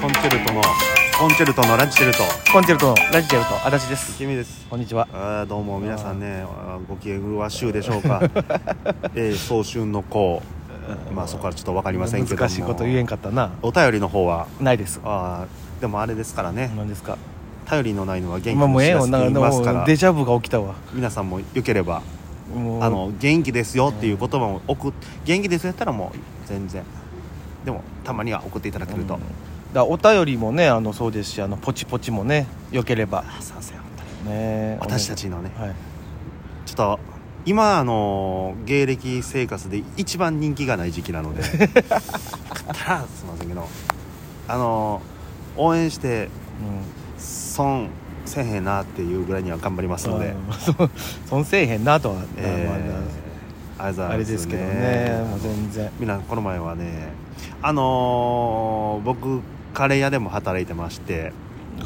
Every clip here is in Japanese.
コンチェルトのコンチェルトのラジチェルトコンチェルトのラジチェルト足立です君ですこんにちはあーどうも皆さんねあーご機嫌わしゅうでしょう かえー早春の子まあそこからちょっと分かりませんけども難しいこと言えんかったなお便りの方はないですあーでもあれですからね何ですか頼りのないのは元気今ものうええ知らよせなと言いんかますかもうらデジャブが起きたわ皆さんもよければもうあの元気ですよっていう言葉も送っ元気ですやったらもう全然でもたまには送っていただけると、うんだお便りもねあのそうですしあのポチポチもねよければあ賛成本当にね私たちのねはいちょっと今あの芸歴生活で一番人気がない時期なの でだったらすいませんけどあの応援して損せえへんなっていうぐらいには頑張りますの で、うんそ損せえへんなとはえー、まあありがとうございままあすあれですけどねもう全然みんなこの前はねあのー僕カレー屋でも働いてまして、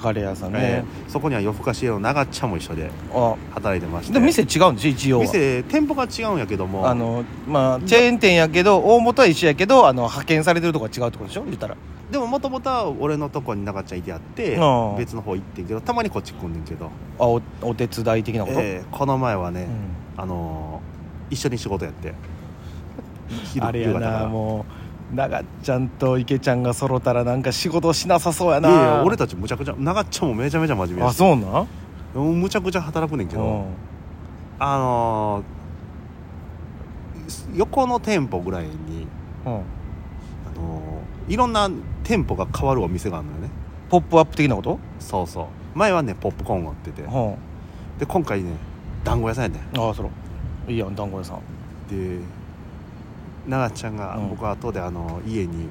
カレー屋さんえねーそこには夜更かし屋の長っちゃんも一緒であ働いてましてでも店違うんでしょ一応は店店舗が違うんやけどもあのまあチェーン店やけど大元は一緒やけどあの派遣されてるとこは違うってことでしょ言ったらでももともとは俺のとこに長っちゃんいてあってああ別の方行ってんけどたまにこっち来んねんけど、あおお手伝い的なこと、えーこの前はねう、んあのー一緒に仕事やって昼あれや夕方かならもう長っちゃんと池ちゃんが揃ったらなんか仕事しなさそうやいなやいや俺たちむちゃくちゃ長っちゃんもめちゃめちゃ真面目やあしそうなんもうむちゃくちゃ働くねんけど、あのー横の店舗ぐらいに、うんあうんのーいろんな店舗が変わるお店があるのよねポップアップ的なこと、そうそう前はねポップコーンを売っててうん、で今回ね団子屋さんやねんああそろいいやん団子屋さんで奈々ちゃんが、うん僕は後であの家に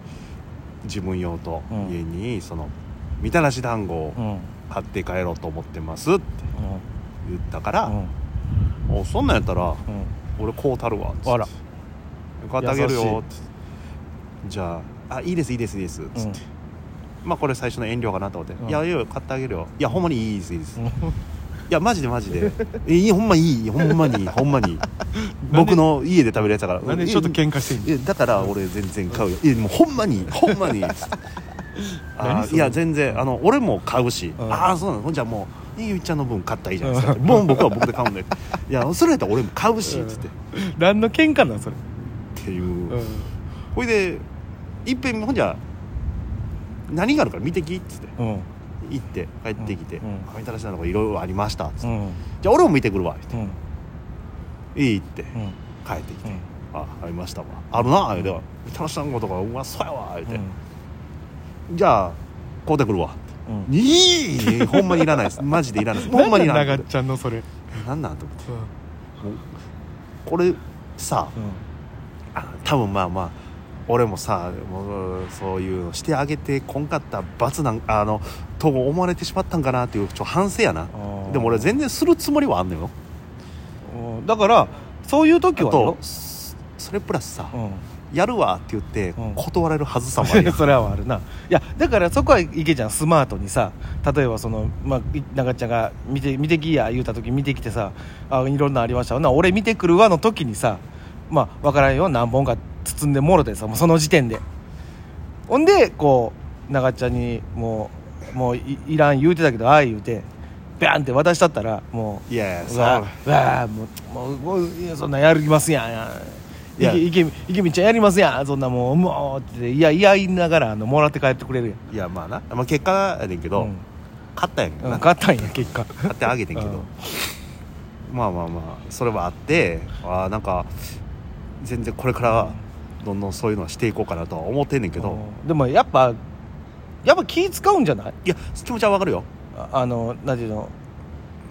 自分用とうん家にそのみたらし団子をうんうん買って帰ろうと思ってますって言ったからう「んおそんなんやったらうん俺こうたるわ」っつってあら買ってあげる優しいよ」ってじゃあ「あいいですいいですいいです」っつって、まあこれ最初の遠慮かなと思って「うんいやいやいや買ってあげるよいやほんまにいいですいいです」うんいやマジでマジでえいいほんまいいほんまにほんまに僕の家で食べるやつだからなんでちょっとうん喧嘩してんのいやだから俺全然買うよいやもうほんまにほんま にあ何そーれいや全然あの俺も買うしうんああそうなのほんじゃもうゆいちゃんの分買ったらいいじゃないですかもう僕は僕で買うんだよい やそれやったら俺も買うしっつってっ 何の喧嘩なんそれ、ていううんほいでいっぺんほんじゃ何があるから見てきっつってうん行って帰ってきてうん「あみたらしなのがいろいろありました」っつってうんじゃあ俺も見てくるわ」ってうん「いい」ってうん帰ってきうてん「あありましたわあるな」言うて「みたらし団子とかうまそうやわ」言うて「じゃあ買うてくるわ」うんいいほんまにいらない ですマジでいらないですほんまにいらない長っちゃんのそれ、なんなんと思ってこれさあ多分まあまあ俺もさもうそういうのしてあげてこんかった罰なんあのと思われてしまったんかなっていうちょ反省やなでも俺全然するつもりはあんのようんだからそういうあ時はとよ、そそれプラスさ、うんやるわって言ってうん断られるはずさもあるやん それはあるないやだからそこは池ちゃんスマートにさ例えばその、まあ、い長っちゃんが見て「見てきや」言うた時見てきてさ「あいろんなのありましたわな俺見てくるわ」の時にさまあ分からんよ何本か包んでもろてさもうその時点でほんでこう長っちゃんにもう「もういいらん」言うてたけど「ああ」言うてバーンって渡したったらもういやいやうそうわうわもうもうもういやそんなんやりますやんいやいけいけいけみちゃんやりますやんそんなもうもうっていやいや言いながらあのもらって帰ってくれるやんいやまあな、まあ、結果やねんけど、うん勝ったやんけどうんな勝ったんや結果買ってあげてんけど、うんまあまあまあそれはあってあーなんか全然これからどんどんそういうのはしていこうかなとは思ってんねんけど、うんでもやっぱやっぱ気使うんじゃないいや気持ちはわかるよああのなんていうの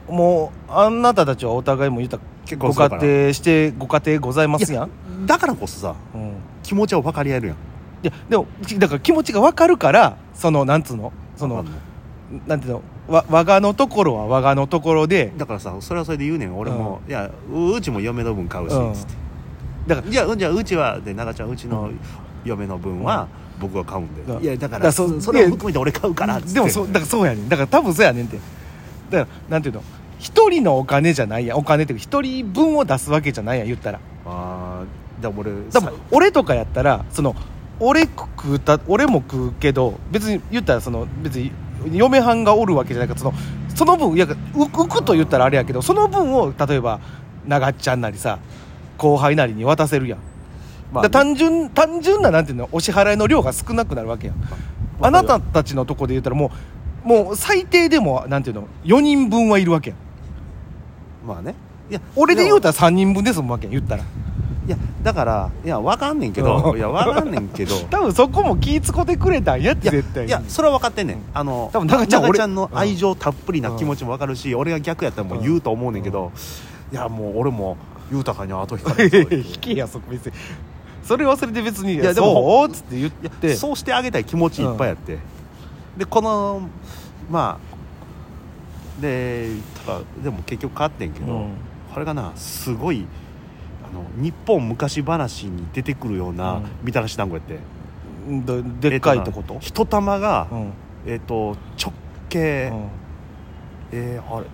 もうあなたたちはお互いも言ったら結ご構家庭してご家庭ございますやんだからこそさうん気持ちは分かり合えるやんいやでもちだから気持ちが分かるからそのなんつうのそわのかんないなんていうのわ我がのところは我がのところでだからさそれはそれで言うねん俺も、いやううちも嫁の分買うし、うんつってだからじゃあじゃあうちはで長ちゃんうちの嫁の分は僕が買うんで、うんいやだかだかららそそれいをや含めて俺買うからっつってでもそうだからそうやねんだから多分そうやねんってだからなんていうの一人のお金じゃないやんお金っていうか一人分を出すわけじゃないやん言ったらあーでも俺でも俺とかやったらその俺食うた俺も食うけど別に言ったらその別に嫁はんがおるわけじゃないからそのその分いやう浮くと言ったらあれやけどその分を例えば長っちゃんなりさ後輩なりに渡せるやん、まあだから単純単純ななんていうのお支払いの量が少なくなるわけやんまああなたたちのとこで言ったらもうもう最低でもなんていうの4人分はいるわけやんまあねいや俺で言うたたら3人分で済むわけやん言ったらいやだからいやわかんねんけどうんいやわかんねん けど多分そこも気ぃ使ってくれたんやっいてや絶対いやそれは分かってんねん、あの多分中ちゃん俺ちゃんの愛情たっぷりな気持ちも分かるし、俺が逆やったらもう言うと思うねんけど、いやもう俺も豊かに後引かれてそう 引けやそこ別にそれはそれで別に「いややででもも」っつって言っいやてそうしてあげたい気持ちいっぱいやって、でこのまあでただでも結局変わってんけど、うんこれがなすごいあの日本昔話に出てくるよううなんみたらし団子やって、ででっかいってことえな一玉が、うんえっ、と直径、うんえーあれ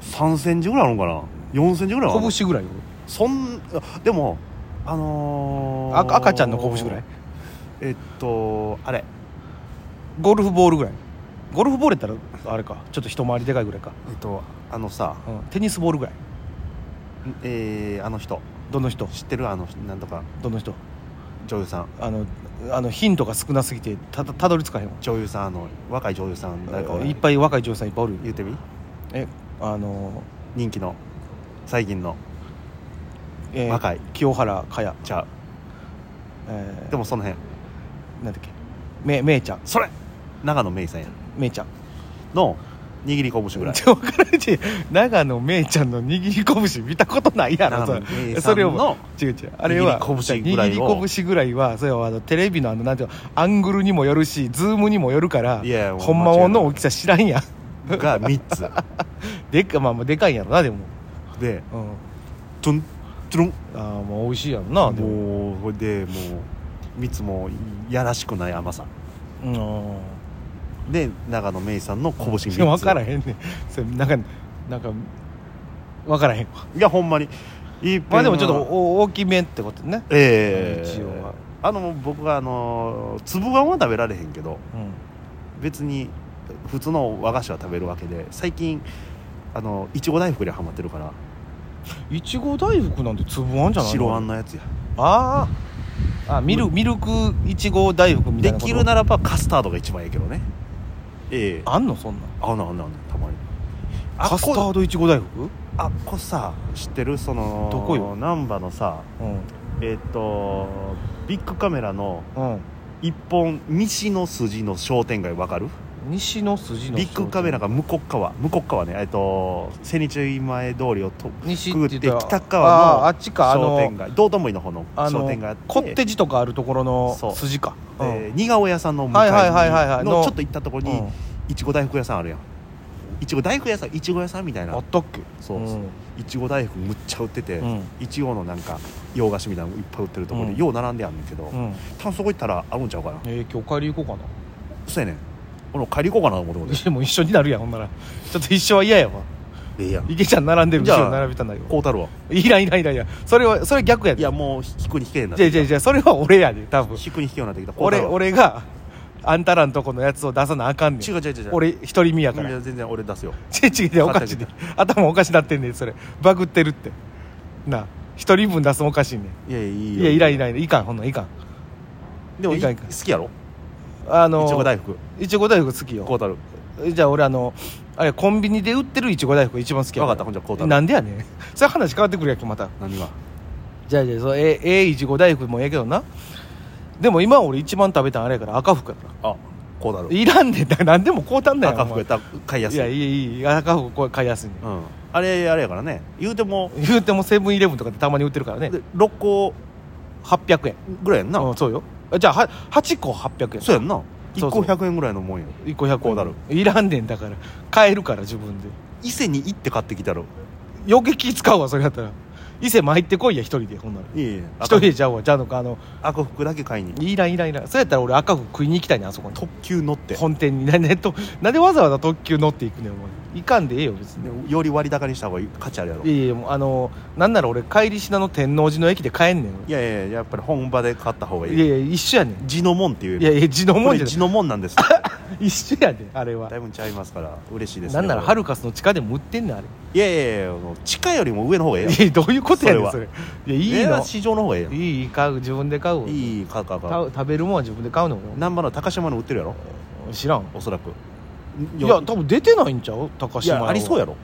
3センチぐらいあるのかな4センチぐらいあるの拳ぐらいよそんあでもあのー、赤赤ちゃんの拳ぐらいえっとあれゴルフボールぐらいゴルフボールやったらあれかちょっと一回りでかいぐらいか、えっとあのさうんテニスボールぐらいえー、あの人どの人知ってるあのなんとかどの人女優さんあのあのヒントが少なすぎてたたたどり着かへんわ女優さんあの若い女優さん誰かおらんいっぱい若い女優さんいっぱいおるよ言うてみえあの、人気の最近のえー若い清原かや、ちゃえーうでもその辺なんだっけめめいちゃんそれ長野めいさんやめいちゃんの握り拳ぐらいちょ分からんし長野めいちゃんの握り拳見たことないやろ長そ野めいさんれそれをの違う違うあれは握り拳ぐらいを握り拳ぐらいはそれはあのテレビのあのなんていうのアングルにもよるしズームにもよるからいやいやほんま間違いないもんの大きさ知らんやんが3つ でっかまあまあでかいんやろなでも、でうん、トゥントゥルンああもう美味しいやろなでももうほいでもう蜜もやらしくない甘さうんで長野めいさんの拳3つ分からへんねんそれなんかなんか分からへんわいやほんまにいっまあでもちょっとお大きめってことねええ一応はあの僕はあの粒あんは食べられへんけどうん別に普通の和菓子は食べるわけで最近あのいちご大福にはまってるからいちご大福なんて粒あんじゃない白あんのやつやあーあミルミルクいちご大福みたでいなこときるならばカスタードが一番ええけどねええあんのそんなんあんなんあんなんあんなんたまにあカスタードいちご大福あっこさ知ってるそのどこよ難波のさうんえっ、とビッグカメラのうん一本西の筋の商店街わかる西の筋のビッグカメラが向こう側向こう側ねえっと千日前通りをと西くぐっってて言った北ら川あのーあっちかあ商の店街道頓堀の方のあ商の店街あってこってじとかあるところそのう筋かえうんー似顔屋さんの向かいにはいはいはいはいはいののちょっと行ったところうにんいちご大福屋さんあるやんいちご大福屋さんいちご屋さんみたいあなったっけそうそうんいちご大福むっちゃ売っててうんいちごのなんか洋菓子みたいなのいっぱい売ってるところうんでよう並んであんねんけどうん多分そこ行ったらあるんちゃうかなえー今日帰り行こ うかそうやねん俺も帰り行こうかなと思ってもうなでも一緒になるやんほんならちょっと一緒は嫌やわてええやん池ちゃん並んでるじゃあ後ろ並びたないわこうたるわいらんいらんいらんいらんそれはそれ逆やいでやもう引くに引けへんなじゃあじゃあじゃあそれは俺やで多分引くに引けようになってきた俺こう俺があんたらんとこのやつを出さなあかんねたんるわ違う違う違う俺一人身やかいら違やう全然俺出すよ違う違うおかしいねん頭おかしなってんねんそれバグってるってなあ一人分出すもおかしいねいやいやいんよいやいらんいらんいかんほんなんいかんでもいいいかん好いかんきやろあのいちご大福いちご大福好きこようたるじゃあ俺あのあれコンビニで売ってるいちご大福が一番好きやわかったほんじゃこうたるなんでやねんそれ話変わってくるやんけまた何がじゃあじゃあそうえええいちご大福もええけどなでも今俺一番食べたんあれやから赤福やかあこうたるらいらんで だ何でも買うたんだよ赤服やったら買いやすいやいいいいい赤服これ買いやすいねうんあれあれやからね言うても言うてもセブンイレブンとかでたまに売ってるからねで6個800円ぐらいやんなうんそうよあじゃあは8個800円そうやんなそ1うそ個う100円ぐらいのもんや1個100円こうなるいらんねんだから買えるから自分で伊勢に行って買ってきたろ余計気使うわそれやったら伊勢も入ってこいや一人でほんならいえいえ一人でちゃうわちゃうのかあの赤服だけ買いにいらんいらんいらんそうやったら俺赤服食いに行きたいなあそこに特急乗って本店になんでとなんでわざわざ特急乗っていくねんお前行かんでええよ別にでより割高にした方が価値あるやろいやいやもうあのなんなら俺帰り品の天王寺の駅で帰んねいんやいややっぱり本場で買った方がいいやいいや一緒やねん地のもんっていういやいや地のこもんれじゃ地なのいもんなんです一緒やねんあれ はだいぶちゃいますから嬉しいですねなんならこれハルカスの地下でも売ってんねんあれいやいやいやもう地下よりも上の方がええやんいやどういうことやねんそそれれいやいい値段のは市場の方がええやんいい買う自分で買うわいいかかたか食べるもんは自分で買うのよ難波の高島の売ってるやろ知らんおそらくいや多分出てないんちゃう高い島屋やはありそうやろ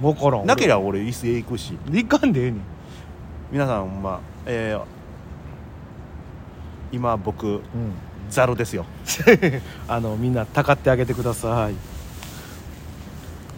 分からんなけりゃゃ俺椅子へ行くしいかんでええねん皆さんほんまえー今僕うんザルですよ あのみんなたかってあげてください